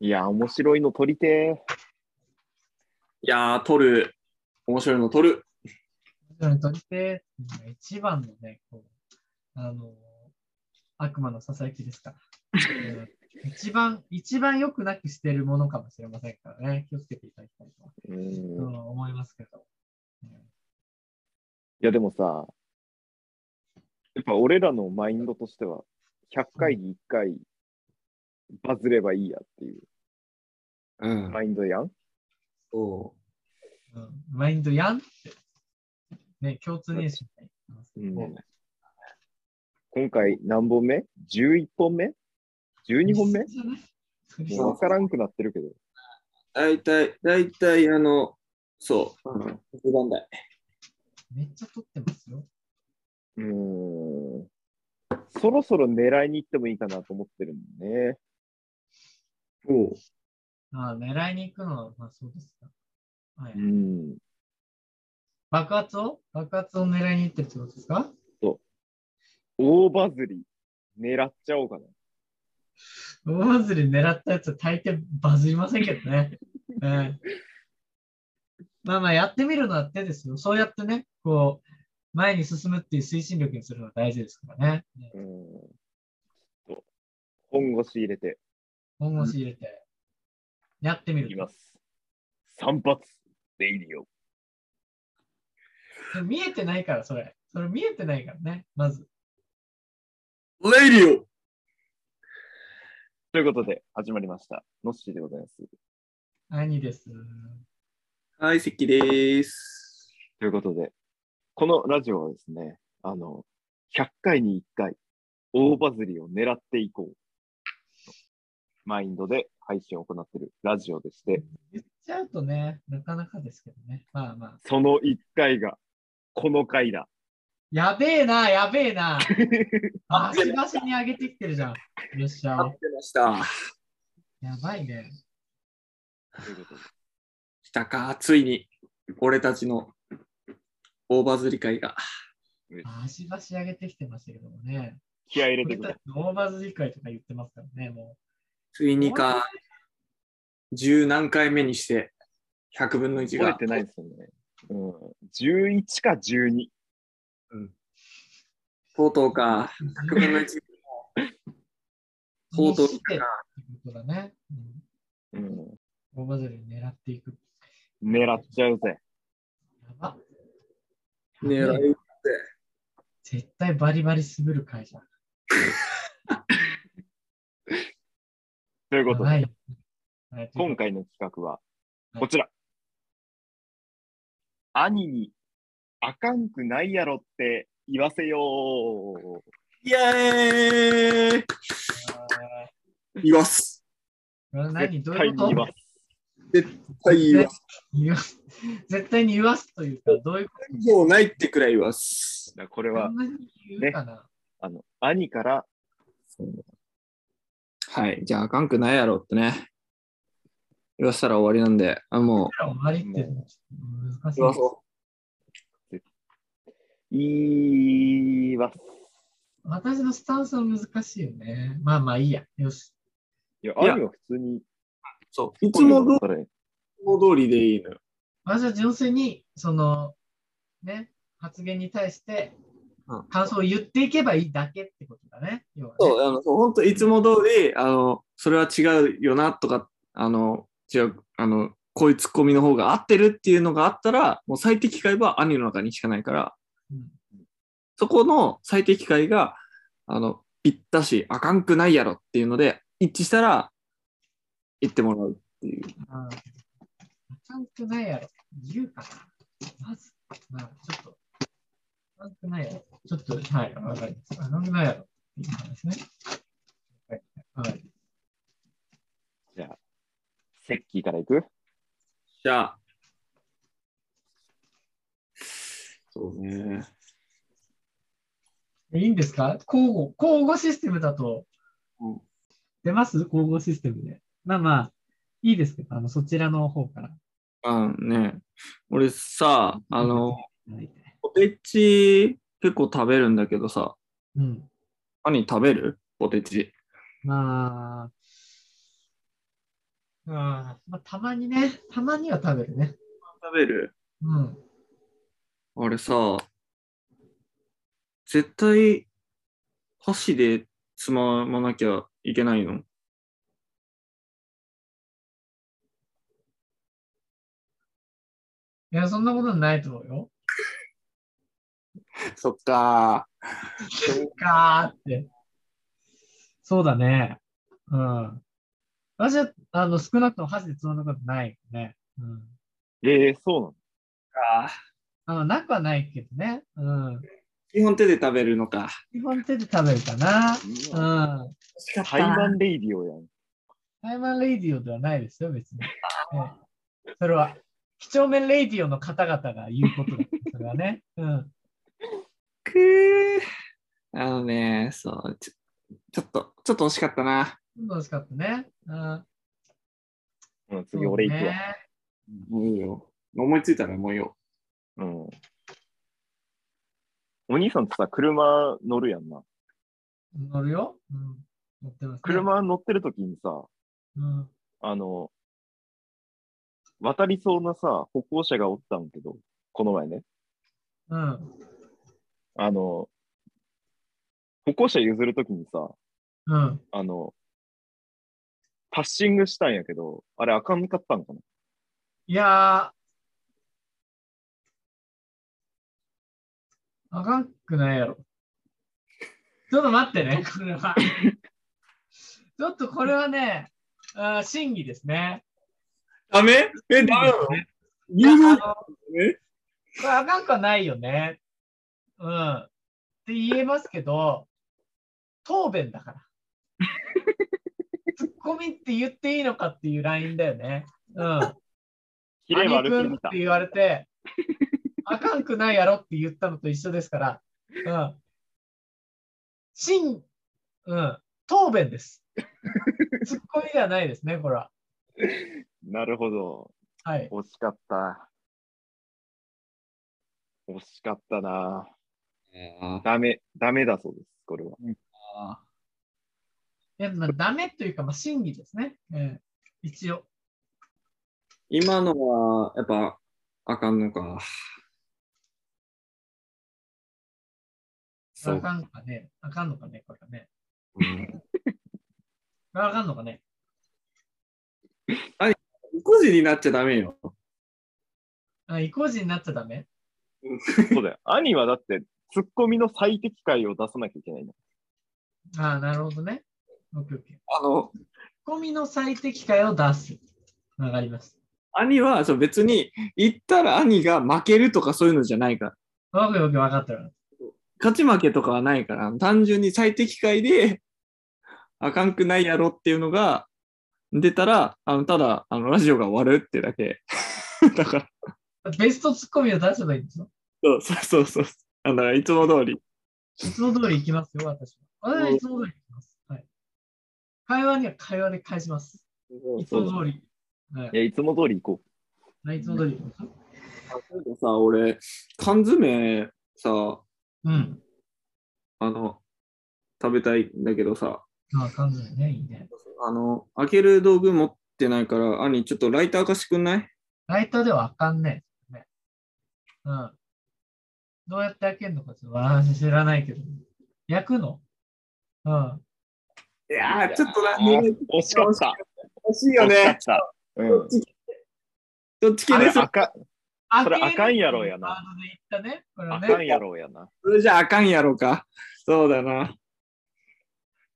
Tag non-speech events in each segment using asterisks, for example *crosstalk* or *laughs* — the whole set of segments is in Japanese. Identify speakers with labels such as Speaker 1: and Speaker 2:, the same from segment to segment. Speaker 1: いや、面白いの撮りて
Speaker 2: いやー、撮る。面白いの撮る。
Speaker 3: 取り手っていうのが一番のね、こう、あの、悪魔のささやきですから。うん一番、一番良くなくしてるものかもしれませんからね、気をつけていただきたいと、
Speaker 1: ー。う
Speaker 3: うん
Speaker 1: ん。い
Speaker 3: 思いますけど。うん
Speaker 1: や、でもさ、やっぱ俺らのマインドとしては、100回に1回バズればいいやっていう
Speaker 2: うん。
Speaker 1: マインドやん。
Speaker 2: そ
Speaker 3: うん、マインドやんって、ね、共通認識になりますけど
Speaker 1: うん今回何本目 ?11 本目 ?12 本目
Speaker 3: 一緒じゃないそれ
Speaker 1: もう分からんくなってるけど。
Speaker 2: う。大体、大体、あの、そう。うん。一番台。
Speaker 3: めっちゃ撮ってますよ。
Speaker 1: うーん。そろそろ狙いに行ってもいいかなと思ってるんでね。
Speaker 2: おう。
Speaker 3: ああ狙いに行くのは、まあそうですか。はい
Speaker 1: うん。
Speaker 3: 爆発を爆発を狙いに行ってるってことですか
Speaker 1: 大バズり、狙っちゃおうかな。
Speaker 3: 大バズり狙ったやつは大抵バズりませんけどね。うんまあまあやってみるのは手ですよ。そうやってね、こう、前に進むっていう推進力にするのが大事ですからね。ね
Speaker 1: うん。ちょっと、本腰入れて
Speaker 3: 本腰入れて、やってみ
Speaker 1: いき
Speaker 3: る
Speaker 1: ま
Speaker 3: と。
Speaker 1: す。散発、レイディオ。
Speaker 3: でも見えてないから、それ。それ見えてないからね、まず。
Speaker 2: レイディオ
Speaker 1: ということで、始まりました。のっしーでございます。
Speaker 3: 兄です。
Speaker 2: はい、関でーす。
Speaker 1: ということで、このラジオはですね、あの、100回に1回、大バズりを狙っていこう。マインドで配信を行っているラジオでして、
Speaker 3: 言っちゃうとね、なかなかですけどね。まあまあ。
Speaker 1: その1回が、この回だ。
Speaker 3: やべえな、やべえ
Speaker 1: *laughs*
Speaker 3: な。バシバシに上げてきてるじゃん。よっしゃ
Speaker 2: 合。ってました。
Speaker 3: やばいね。
Speaker 1: ということで、
Speaker 2: 来たか、ついに、俺たちの大バズり会が。
Speaker 3: バシバシ上げてきてましたけどもね。
Speaker 1: 気合い入れて
Speaker 3: 俺
Speaker 1: く
Speaker 3: た
Speaker 1: だ
Speaker 3: ちのオーバーズ理解とか言ってますからね、も
Speaker 2: ついにか、十何回目にして、100分の
Speaker 1: さい。
Speaker 2: 1
Speaker 1: 覚え
Speaker 2: が。
Speaker 1: てないですよね。うん。11か12。
Speaker 2: とうとうか、
Speaker 3: う。
Speaker 2: 100分の1。
Speaker 3: 認
Speaker 2: とうとう
Speaker 3: 識してってことだね。
Speaker 1: うん。
Speaker 3: うん、オーバーズ理狙っていく。
Speaker 1: 狙っちゃうぜ。
Speaker 3: やば。やべえ
Speaker 2: 狙い。
Speaker 3: 絶対バリバリ滑る会じゃん。
Speaker 1: ということで、
Speaker 3: はい。はい
Speaker 1: 今回の企画は、
Speaker 3: はい
Speaker 1: こちら。兄に、あかんくないやろって言わせよう。
Speaker 2: イエーイ言わす。
Speaker 3: これは何ど
Speaker 1: 絶
Speaker 3: うい
Speaker 1: 対
Speaker 3: う
Speaker 1: に
Speaker 3: こ
Speaker 1: 言わす。
Speaker 2: はい、言
Speaker 3: と
Speaker 2: わす。
Speaker 3: 言わ *laughs* 絶対に言わすというか、どういうこ
Speaker 2: もうないってくらい言わす。
Speaker 1: だからこれ
Speaker 3: とそ
Speaker 1: は
Speaker 3: ん、なに言うかな、
Speaker 1: あの、兄から、
Speaker 2: はい、じゃああかんくないやろってね。言わせたら終わりなんで、あも
Speaker 3: だから終わりっていうのはちょっと難
Speaker 2: う。
Speaker 3: しいです。
Speaker 1: 言わす。
Speaker 3: 私のスタンスは難しいよね。まあまあいいや。よし。
Speaker 1: いや、
Speaker 2: いや
Speaker 1: 兄は普通に、
Speaker 2: そう。いつも
Speaker 1: それ、
Speaker 2: 通りでいいのよ。
Speaker 3: 私は純粋に、その、ね、発言に対して
Speaker 2: うん、
Speaker 3: 感想を言っていけばいいだけってことだね。要はね
Speaker 2: そう、あの、そう本当いつも通り、あの、それは違うよなとか、あの、違う、あの、こういうツッコミの方が合ってるっていうのがあったら、もう最適解は兄の中にしかないから、
Speaker 3: うん
Speaker 2: そこの最適解が、あの、ぴったし、あかんくないやろっていうので、一致したら、言ってもらうっていう。
Speaker 3: ああちゃんとないやろ。言うかな。まず、まあ、ちょっと。ちゃんとないやろ。ちょっと、はい、わかります。あなんとないやろ。っていう話ね。はい。はい、
Speaker 1: セッキーから行く
Speaker 2: じゃあ。そうね。
Speaker 3: いいんですか交互、交互システムだと
Speaker 2: うん、
Speaker 3: 出ます交互システムで。まあまあ、いいですけど、あの、そちらの方から。
Speaker 2: うんね。俺さ、あの、
Speaker 3: はい
Speaker 2: ポテチ結構食べるんだけどさ、
Speaker 3: うん。
Speaker 2: 兄食べるポテチ。
Speaker 3: まあ、うんまあ、たまにね、たまには食べるね。
Speaker 2: 食べる
Speaker 3: うん。
Speaker 2: あれさ、絶対箸でつままなきゃいけないの
Speaker 3: いや、そんなことないと思うよ。
Speaker 2: そっか
Speaker 3: かーって。そうだね。うん。私は、あの、少なくとも箸でつまんだことないね。うん。
Speaker 1: ええそうなの
Speaker 3: あの、なくはないけどね。うん。
Speaker 2: 基本手で食べるのか。
Speaker 3: 基本手で食べるか
Speaker 1: うわ
Speaker 3: な。うん。
Speaker 1: 台湾レイディオやん。
Speaker 3: タイマンレイディオではないですよ、別に。ねそれは、几帳面レイディオの方々が言うこ
Speaker 1: *laughs*
Speaker 3: とだ。それはね。うん。
Speaker 2: くーあのね、そうちょ、ちょっと、ちょっと惜しかったな。
Speaker 3: 楽しかったね。うん。
Speaker 1: うん、次俺行くわ。
Speaker 3: ね
Speaker 2: もういいよ。思いついたらもういいよ。
Speaker 1: うん。お兄さんってさ、車乗るやんな。
Speaker 3: 乗るよ。うん。乗ってます、ね。。
Speaker 1: 車乗ってる時にさ、
Speaker 3: うん。
Speaker 1: あの、渡りそうなさ、歩行者がおったんけど、この前ね。
Speaker 3: うん。
Speaker 1: あの、歩行者譲るときにさ、
Speaker 3: うん。
Speaker 1: あの、パッシングしたんやけど、あれあかんかったんかない
Speaker 3: やー、あかんくないやろ。ちょっと待って
Speaker 1: *laughs*
Speaker 3: ね、これは。ちょっとこれはね、あー審議ですね。
Speaker 2: ダメえ、ダメなの
Speaker 3: いや
Speaker 2: 入
Speaker 3: あの
Speaker 2: 道
Speaker 3: これあかんくはないよね。うん。って言えますけど、答弁だから。 *laughs* ツッコミって言っていいのかっていうラインだよね。うん。
Speaker 1: 綺
Speaker 3: あ
Speaker 1: 麗
Speaker 3: げ
Speaker 1: 悪
Speaker 3: く
Speaker 1: す
Speaker 3: んっ
Speaker 1: ぎ
Speaker 3: て
Speaker 1: た。
Speaker 3: 言われて、あかんくないやろって言ったのと一緒ですから、うん。しん、うん、答弁です。ツッコミではないですね、これは。
Speaker 1: なるほど。
Speaker 3: はい。
Speaker 1: 惜しかった。惜しかったな
Speaker 2: あ
Speaker 1: ダメ、ダメだそうです、こ
Speaker 3: *laughs*
Speaker 1: れは。
Speaker 2: あ
Speaker 3: いやまあ、ダメというか、まあ、審議ですね。ええ一応。
Speaker 2: 今のは、やっぱ、あかんのか。そ
Speaker 3: あ
Speaker 2: う。
Speaker 3: かんのかね。あかんのかね、これはね。
Speaker 2: うん
Speaker 3: あかんのかね。
Speaker 2: 個人になっちゃダメよ。
Speaker 3: あ意固地になっちゃダメ。
Speaker 1: そうだよ。兄はだって、ツッコミの最適解を出さなきゃいけないんだ。
Speaker 3: ああ、なるほどね。オッケーオッケーツッ
Speaker 2: あの、
Speaker 3: コミの最適解を出す。わかります。
Speaker 2: 兄はそう別に、行ったら兄が負けるとかそういうのじゃないから。
Speaker 3: オッケーオッケー、わかったわかった
Speaker 2: 勝ち負けとかはないから、単純に最適解で、あかんくないやろっていうのが出たら、あのただあのラジオが終わるってだけ。 *laughs* だから、
Speaker 3: ベストツッコミを出せばいいんですよ。
Speaker 2: そうそうそうそう。あのいつも通り。
Speaker 3: いつも通り行きますよ、私は。私はいつも通り行きます。はい。会話には会話で返します。いつも通り。はい
Speaker 1: いや、いつも通り行こ
Speaker 3: はい、いつも通り行きます。
Speaker 2: 例えばさ、俺、缶詰さ、
Speaker 3: うん。
Speaker 2: あの、食べたいんだけどさ、
Speaker 3: まあ、感じね、いいね。
Speaker 2: あの、開ける道具持ってないから、兄、ちょっとライター貸してくんない
Speaker 3: ライターではあかんねえ。ねうん。どうやって開けるのかちょっと私知らないけど。焼くのうん。
Speaker 2: いやー、ちょっと
Speaker 1: う。
Speaker 2: な、
Speaker 1: 惜しかった。
Speaker 2: 欲しい
Speaker 1: 惜
Speaker 2: *laughs*
Speaker 1: しかっ。た。うん。
Speaker 2: どっち系
Speaker 1: あ
Speaker 2: で
Speaker 1: れ、
Speaker 2: す
Speaker 1: あか
Speaker 3: 開
Speaker 1: それ
Speaker 3: ける
Speaker 1: あかんやろやな
Speaker 3: ワードで言ったね。これ
Speaker 1: あ
Speaker 3: はね。
Speaker 1: かんやろうやな。
Speaker 2: それじゃあかんやろか。そうだな。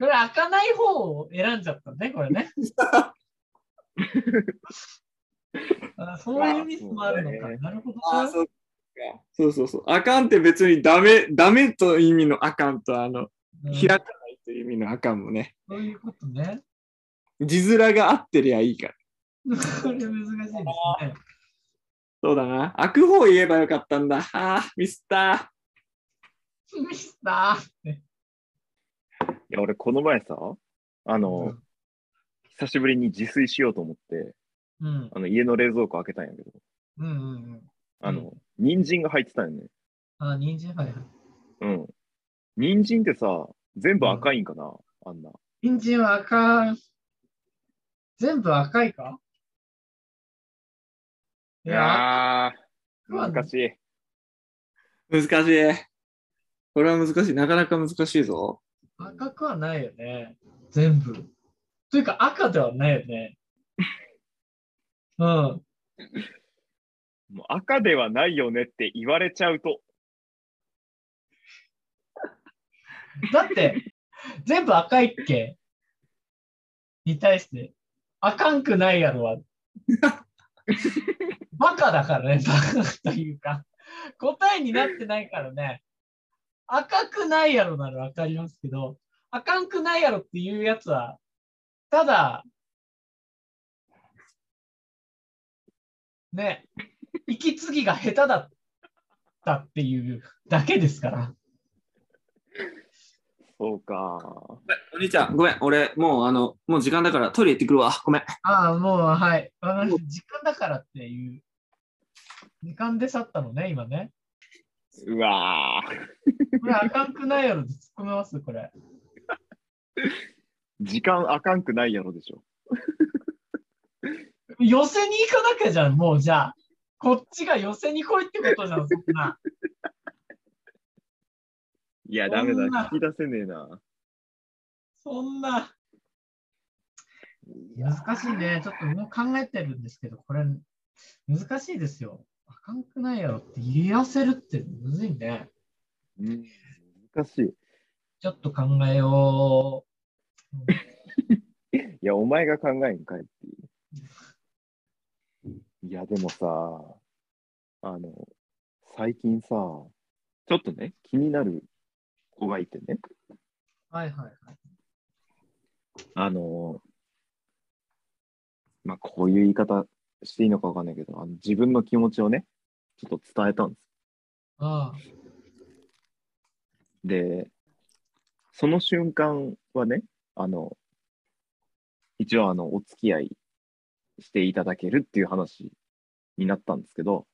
Speaker 3: これ開かない方を選んじゃったね、こ
Speaker 1: *laughs*
Speaker 3: れね。あそういうミスもあるのか。
Speaker 1: まあそうね
Speaker 3: なるほどな。
Speaker 2: そうそうそうそう。あかんって別にダメ、ダメという意味のあかんと、あの、
Speaker 3: うん
Speaker 2: 開かないという意味のあかんもね、
Speaker 3: そういうことね。 *laughs*
Speaker 2: 字面が合ってりゃいいから。
Speaker 3: これ難しいですね。
Speaker 2: そうだな。開く方言えばよかったんだ。ああ、ミスった
Speaker 3: ミスター。
Speaker 1: いや、俺、この前さ、あの、久しぶりに自炊しようと思って、
Speaker 3: うん。
Speaker 1: あの、家の冷蔵庫開けたんやけど、
Speaker 3: うんうんうん。
Speaker 1: あの、人参が入ってたんよね。
Speaker 3: あ、人参はいはい。
Speaker 1: うん。人参ってさ、全部赤いんかな、あんな。
Speaker 3: 人参は赤全部赤いかいや、
Speaker 1: あ
Speaker 3: うわ
Speaker 1: ー、難しい。
Speaker 2: 難しい。これは難しい。なかなか難しいぞ。
Speaker 3: 赤くはないよね。全部。というか赤ではない
Speaker 1: *laughs*
Speaker 3: よね。うん。
Speaker 1: もう赤ではないよねって言われちゃうと、
Speaker 3: だって、全部赤いっけに対して、あかんくないやろは。バカだからね、バカというか、答えになってないからね、赤くないやろならわかりますけど、あかんくないやろっていうやつは、ただ、ね、息継ぎが下手だったっていうだけですから。
Speaker 1: そうか。
Speaker 2: お兄ちゃん、ごめん。俺、もう、あの、もう時間だからトイレ行ってくるわ。ごめん。
Speaker 3: ああ、もう、はい。わかりました時間だからっていう。時間で去ったのね、今ね。
Speaker 1: うわー。
Speaker 3: これ、あかんくないやろって突っ込めますこれ。
Speaker 1: 時間あかんくないやろでしょ。
Speaker 3: 寄せに行かなきゃじゃん、もう、じゃあ。こっちが寄せに来いってことじゃん、そんな。
Speaker 1: いや、
Speaker 3: そ
Speaker 1: ダ
Speaker 3: んな
Speaker 1: メだ。聞き出せねえな。
Speaker 3: そんな。難しいね。ちょっともう考えてるんですけど、これ、難しいですよ。あかんくないやろって言い合わせるってむずいね。
Speaker 1: うん難しい。
Speaker 3: ちょっと考えよう。
Speaker 1: いや、お前が考えんかいっていう。いや、でもさ、あの、最近さ、ちょっとね、気になる子がいてね、
Speaker 3: はいはいはい。
Speaker 1: あの、まあ、こういう言い方していいのかわかんないけど、あの自分の気持ちをね、ちょっと伝えたんです。
Speaker 3: ああ、
Speaker 1: で、その瞬間はね、あの、一応あの、お付き合いしていただけるっていう話になったんですけど、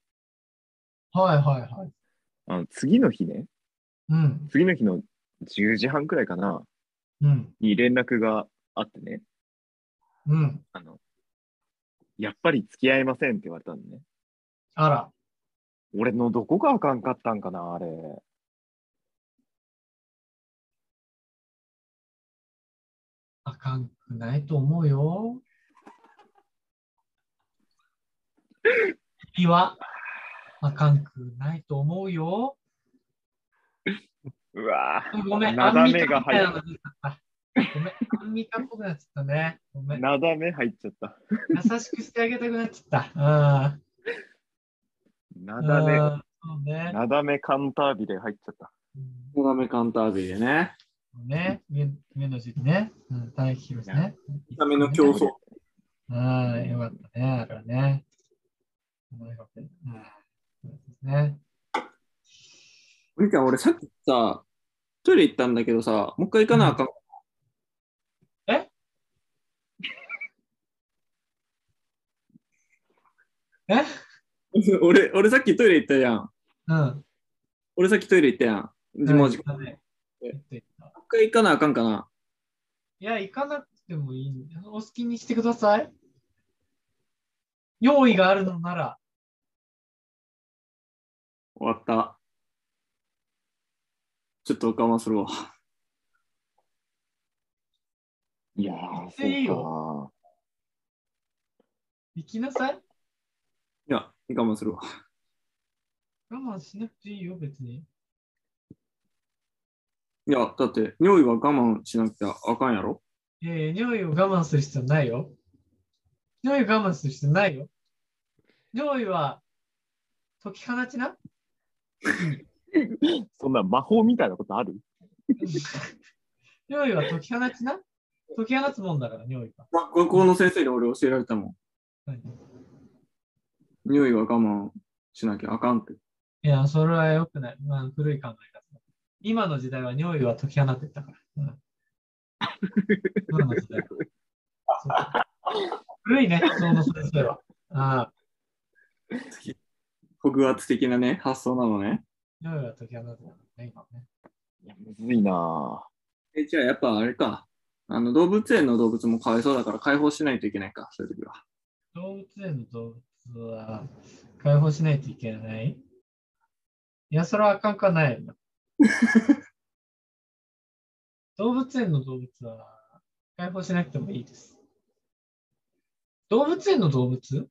Speaker 3: はいはいはい。
Speaker 1: あの、次の日ね、
Speaker 3: うん、
Speaker 1: 次の日の10時半くらいかな、
Speaker 3: うん、
Speaker 1: に連絡があってね、
Speaker 3: うん。
Speaker 1: あの、やっぱり付き合いませんって言われたのね。
Speaker 3: あら、
Speaker 1: 俺のどこがあかんかったんかな、あれ。
Speaker 3: あかんくないと思うよ。君は、あかんくないと思うよ。
Speaker 1: うわぁ。
Speaker 3: ごめん、
Speaker 1: な
Speaker 3: アン
Speaker 1: だ
Speaker 3: ミ
Speaker 1: めが
Speaker 3: カみたい
Speaker 1: 入
Speaker 3: な
Speaker 1: っ
Speaker 3: の出ちゃった。ごめん、アンミカっぽくなっちゃったね。ごめん、
Speaker 1: なだめ入っちゃった。
Speaker 3: 優しくしてあげたくなっちゃった。
Speaker 1: な
Speaker 3: う
Speaker 1: だめ、
Speaker 3: ん。そうね。
Speaker 1: なだめカンタービレ入っちゃった。
Speaker 3: うん
Speaker 2: もうダメカンタービレね。
Speaker 3: そうね、目目の字ね。うん、大輝宏ね。
Speaker 2: ダメの競争。
Speaker 3: うん、よかったね、あれはね。よかったねうんそうですね。
Speaker 2: お兄ちゃん、俺さっきさ、トイレ行ったんだけどさ、もう一回行かなあかん。
Speaker 3: え
Speaker 2: *laughs* 俺、俺さっきトイレ行ったやん。
Speaker 3: うん。
Speaker 2: 俺さっきトイレ行ったやん。でもう時間
Speaker 3: 間ね。
Speaker 2: え
Speaker 3: い
Speaker 2: もう一回行かなあかんかな。
Speaker 3: や、行かなくてもいいんで、お好きにしてください。用意があるのなら、
Speaker 2: 終わった。ちょっと我慢するわ。
Speaker 1: いや
Speaker 3: 行っていい
Speaker 1: ー、
Speaker 3: よ
Speaker 1: そうか。
Speaker 3: 行きなさい。
Speaker 2: いや、我慢するわ。
Speaker 3: 我慢しなくていいよ、別に。
Speaker 2: いや、だって、尿意は我慢しなきゃあかんやろ。
Speaker 3: いやいや、尿意を我慢する必要ないよ。尿意を我慢する必要ないよ。尿意は解き放ちな。
Speaker 1: そんな魔法みたいなことある
Speaker 3: *laughs* 尿意は解き放ちな。解き放つもんだから、尿意は。
Speaker 2: ま学校の先生に俺教えられたも
Speaker 3: 何
Speaker 2: ん。尿意は我慢しなきゃあかんって。
Speaker 3: いや、それは良くない。まあ、古い考え方。今の時代は尿意は解き放ってったから。うん、今の時代はそう古いね、その先生は。ああ、
Speaker 2: ホグワーツ的なね、発想なのね。
Speaker 3: 尿意は解き放ってたからね、今ね。
Speaker 1: いや、むずいな
Speaker 2: え、じゃあやっぱあれか。あの動物園の動物もかわいそうだから解放しないといけないか、そういう時は。
Speaker 3: 動物園の動物は解放しないといけないいや、それはあかんかないよな。動物園の動物は解放しなくてもいいです。動物園の動物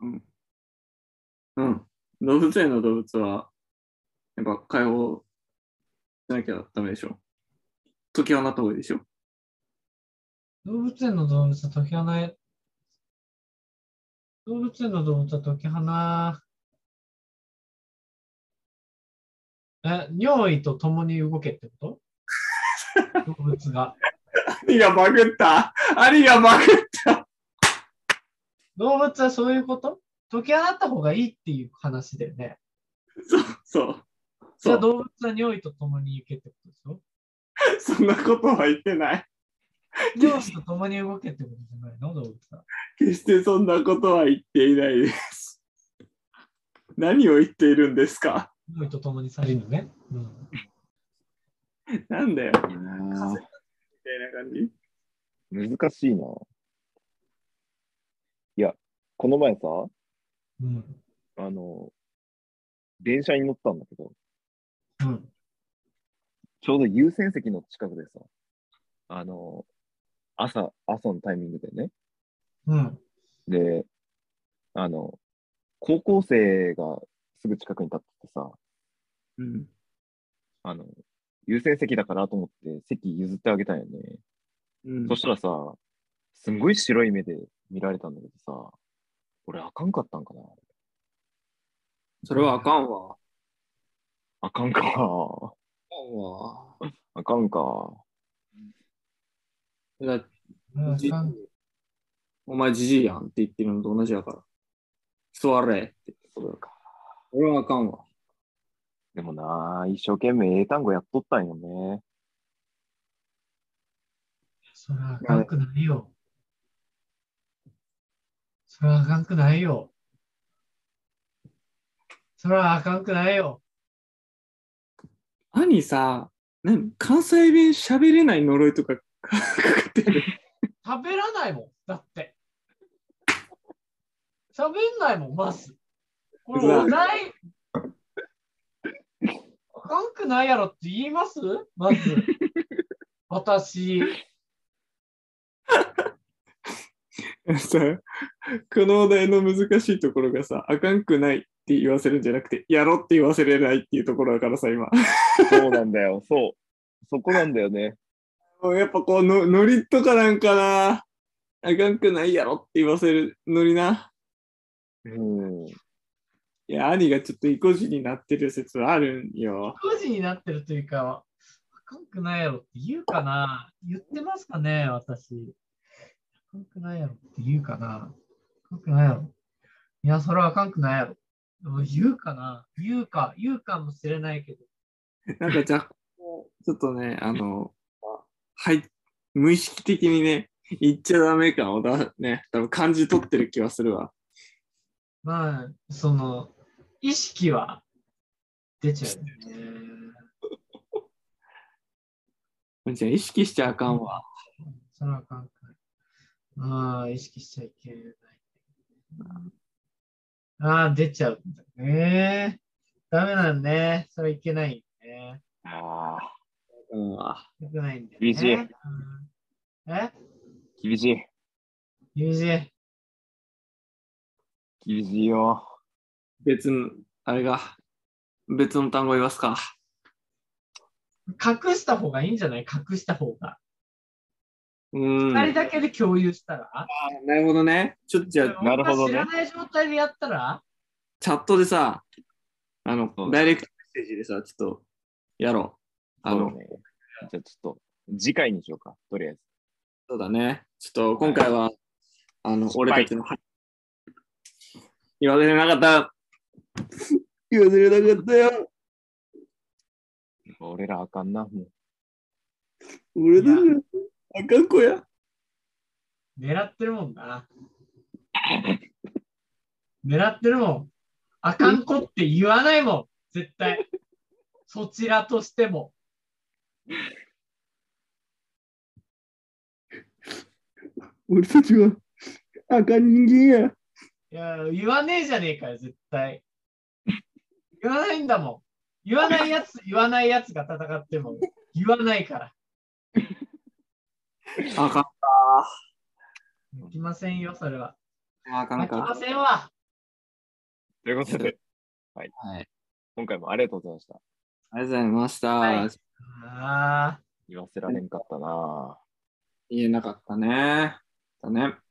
Speaker 2: うん。うん。動物園の動物は、やっぱ解放しなきゃダメでしょ。解き放った方がいいでしょ。
Speaker 3: 動物園の動物は解き放え、動物園の動物は解き放え、尿意と共に動けってこと
Speaker 2: *laughs*
Speaker 3: 動物が。
Speaker 2: 兄がバグった兄がバグった
Speaker 3: 動物はそういうこと解き放った方がいいっていう話だよね。
Speaker 2: そう、そう。そ
Speaker 3: じゃあ
Speaker 2: う、
Speaker 3: 動物は尿意と共に行けってことでしょ
Speaker 2: そんなことは言ってない。
Speaker 3: 尿意と共に動けってことじゃないの動物は。
Speaker 2: 決してそんなことは言っていないです。何を言っているんですか
Speaker 3: 尿意と共に去りぬね。うん。
Speaker 2: なんだよ、
Speaker 1: いやー
Speaker 2: みたいな感じ。
Speaker 1: 難しいな。いや、この前さ、
Speaker 3: うん。
Speaker 1: あの、電車に乗ったんだけど、
Speaker 3: うん。
Speaker 1: ちょうど優先席の近くでさ、あの、朝、朝のタイミングでね、
Speaker 3: うん。
Speaker 1: で、あの、高校生がすぐ近くに立っててさ、
Speaker 2: うん。
Speaker 1: あの、優先席だからと思って席譲ってあげたんよね。
Speaker 2: うん
Speaker 1: そしたらさ、すんごい白い目で見られたんだけどさ、俺あかんかったんかな
Speaker 2: それはあかんわ。
Speaker 1: あかんか。
Speaker 2: あかんわ。
Speaker 1: あかんか。
Speaker 2: だって
Speaker 3: うん
Speaker 2: じお前じじいやんって言ってるのと同じやから。座れって。
Speaker 1: そうか。
Speaker 2: 俺はあかんわ。
Speaker 1: でもな、一生懸命英単語やっとったんよね。
Speaker 3: それはあかんくないよ。それはあかんくないよ。それはあかんくないよ。
Speaker 2: 兄さ、何関西弁喋れない呪いとか *laughs* かかってる。
Speaker 3: 食べらないもん、だって。喋んないもん、まず。これ、
Speaker 2: うわ
Speaker 3: お題。あかんくないやろって言いますまず。私。
Speaker 2: さ、このお題の難しいところがさ、あかんくないって言わせるんじゃなくて、やろって言わせれないっていうところだからさ、今。 *laughs*
Speaker 1: そうなんだよ。そう。そこなんだよね。
Speaker 2: もうやっぱこうの、ノリとかなんかな。あかんくないやろって言わせるノリな。 *laughs*
Speaker 1: うん。
Speaker 2: いや、兄がちょっと意固地になってる説はあるんよ。 *laughs*
Speaker 3: 9時になってるというか、あかんくないやろって言うかな言ってますかね私。あかんくないやろって言うかなあかんくないやろいや、それはあかんくないやろ。でも言うかな言うか、言うかもしれないけど。
Speaker 2: なんか若干、ちょっとね、あの、はい、無意識的にね、言っちゃダメ感をだ、ね、多分感じ取ってる気はするわ。
Speaker 3: まあ、その、意識は出ちゃうよね。
Speaker 2: お兄ちゃん、意識しちゃあかんわ。
Speaker 3: それはあかんくない。ああ、意識しちゃいけない。ああ、出ちゃうんだね。ダメなんね。それいけないね。
Speaker 1: ああ、
Speaker 2: うん、あ
Speaker 3: 良くないんだよ、ね。
Speaker 1: 厳しい
Speaker 3: うんえ
Speaker 1: 厳しい。
Speaker 3: 厳しい。
Speaker 1: 厳しいよ。
Speaker 2: 別の、あれが、別の単語言いますか。
Speaker 3: 隠した方がいいんじゃない隠した方が。
Speaker 2: うん。
Speaker 3: 二、人だけで共有したら、
Speaker 2: なるほどね。ちょっとじゃあ、
Speaker 1: なるほどね
Speaker 3: 知らない状態でやったら、
Speaker 2: チャットでさ、あの
Speaker 1: そう、
Speaker 2: ダイレクトメッセージでさ、ちょっと、やろう。あの、
Speaker 1: そうね、じゃあちょっと、次回にしようか。とりあえず。
Speaker 2: そうだね。ちょっと今回は、あの、
Speaker 1: 失敗
Speaker 2: 俺たちの、はい言わせれなかった。言わせれなかったよ。
Speaker 1: 俺らあかんな。もう
Speaker 2: 俺だよ。あかんこや。
Speaker 3: 狙ってるもんな。狙ってるもん。あかんこって言わないもん。絶対。そちらとしても。
Speaker 2: 俺たちは赤人間や。
Speaker 3: いや、言わねえじゃねえかよ、絶対。言わないんだもん。言わないやつ、言わないやつが戦っても、言わないから。
Speaker 2: あか
Speaker 3: できませんよ、それは。
Speaker 2: ん。あか
Speaker 3: で
Speaker 2: ん
Speaker 3: きま
Speaker 2: か。
Speaker 3: せんわ。
Speaker 1: ということで、
Speaker 2: はい。
Speaker 1: 今回もありがとうございました。
Speaker 2: ありがとうございました。
Speaker 3: はいああ。
Speaker 1: 言わせられんかったなぁ。
Speaker 2: 言えなかったね。だね。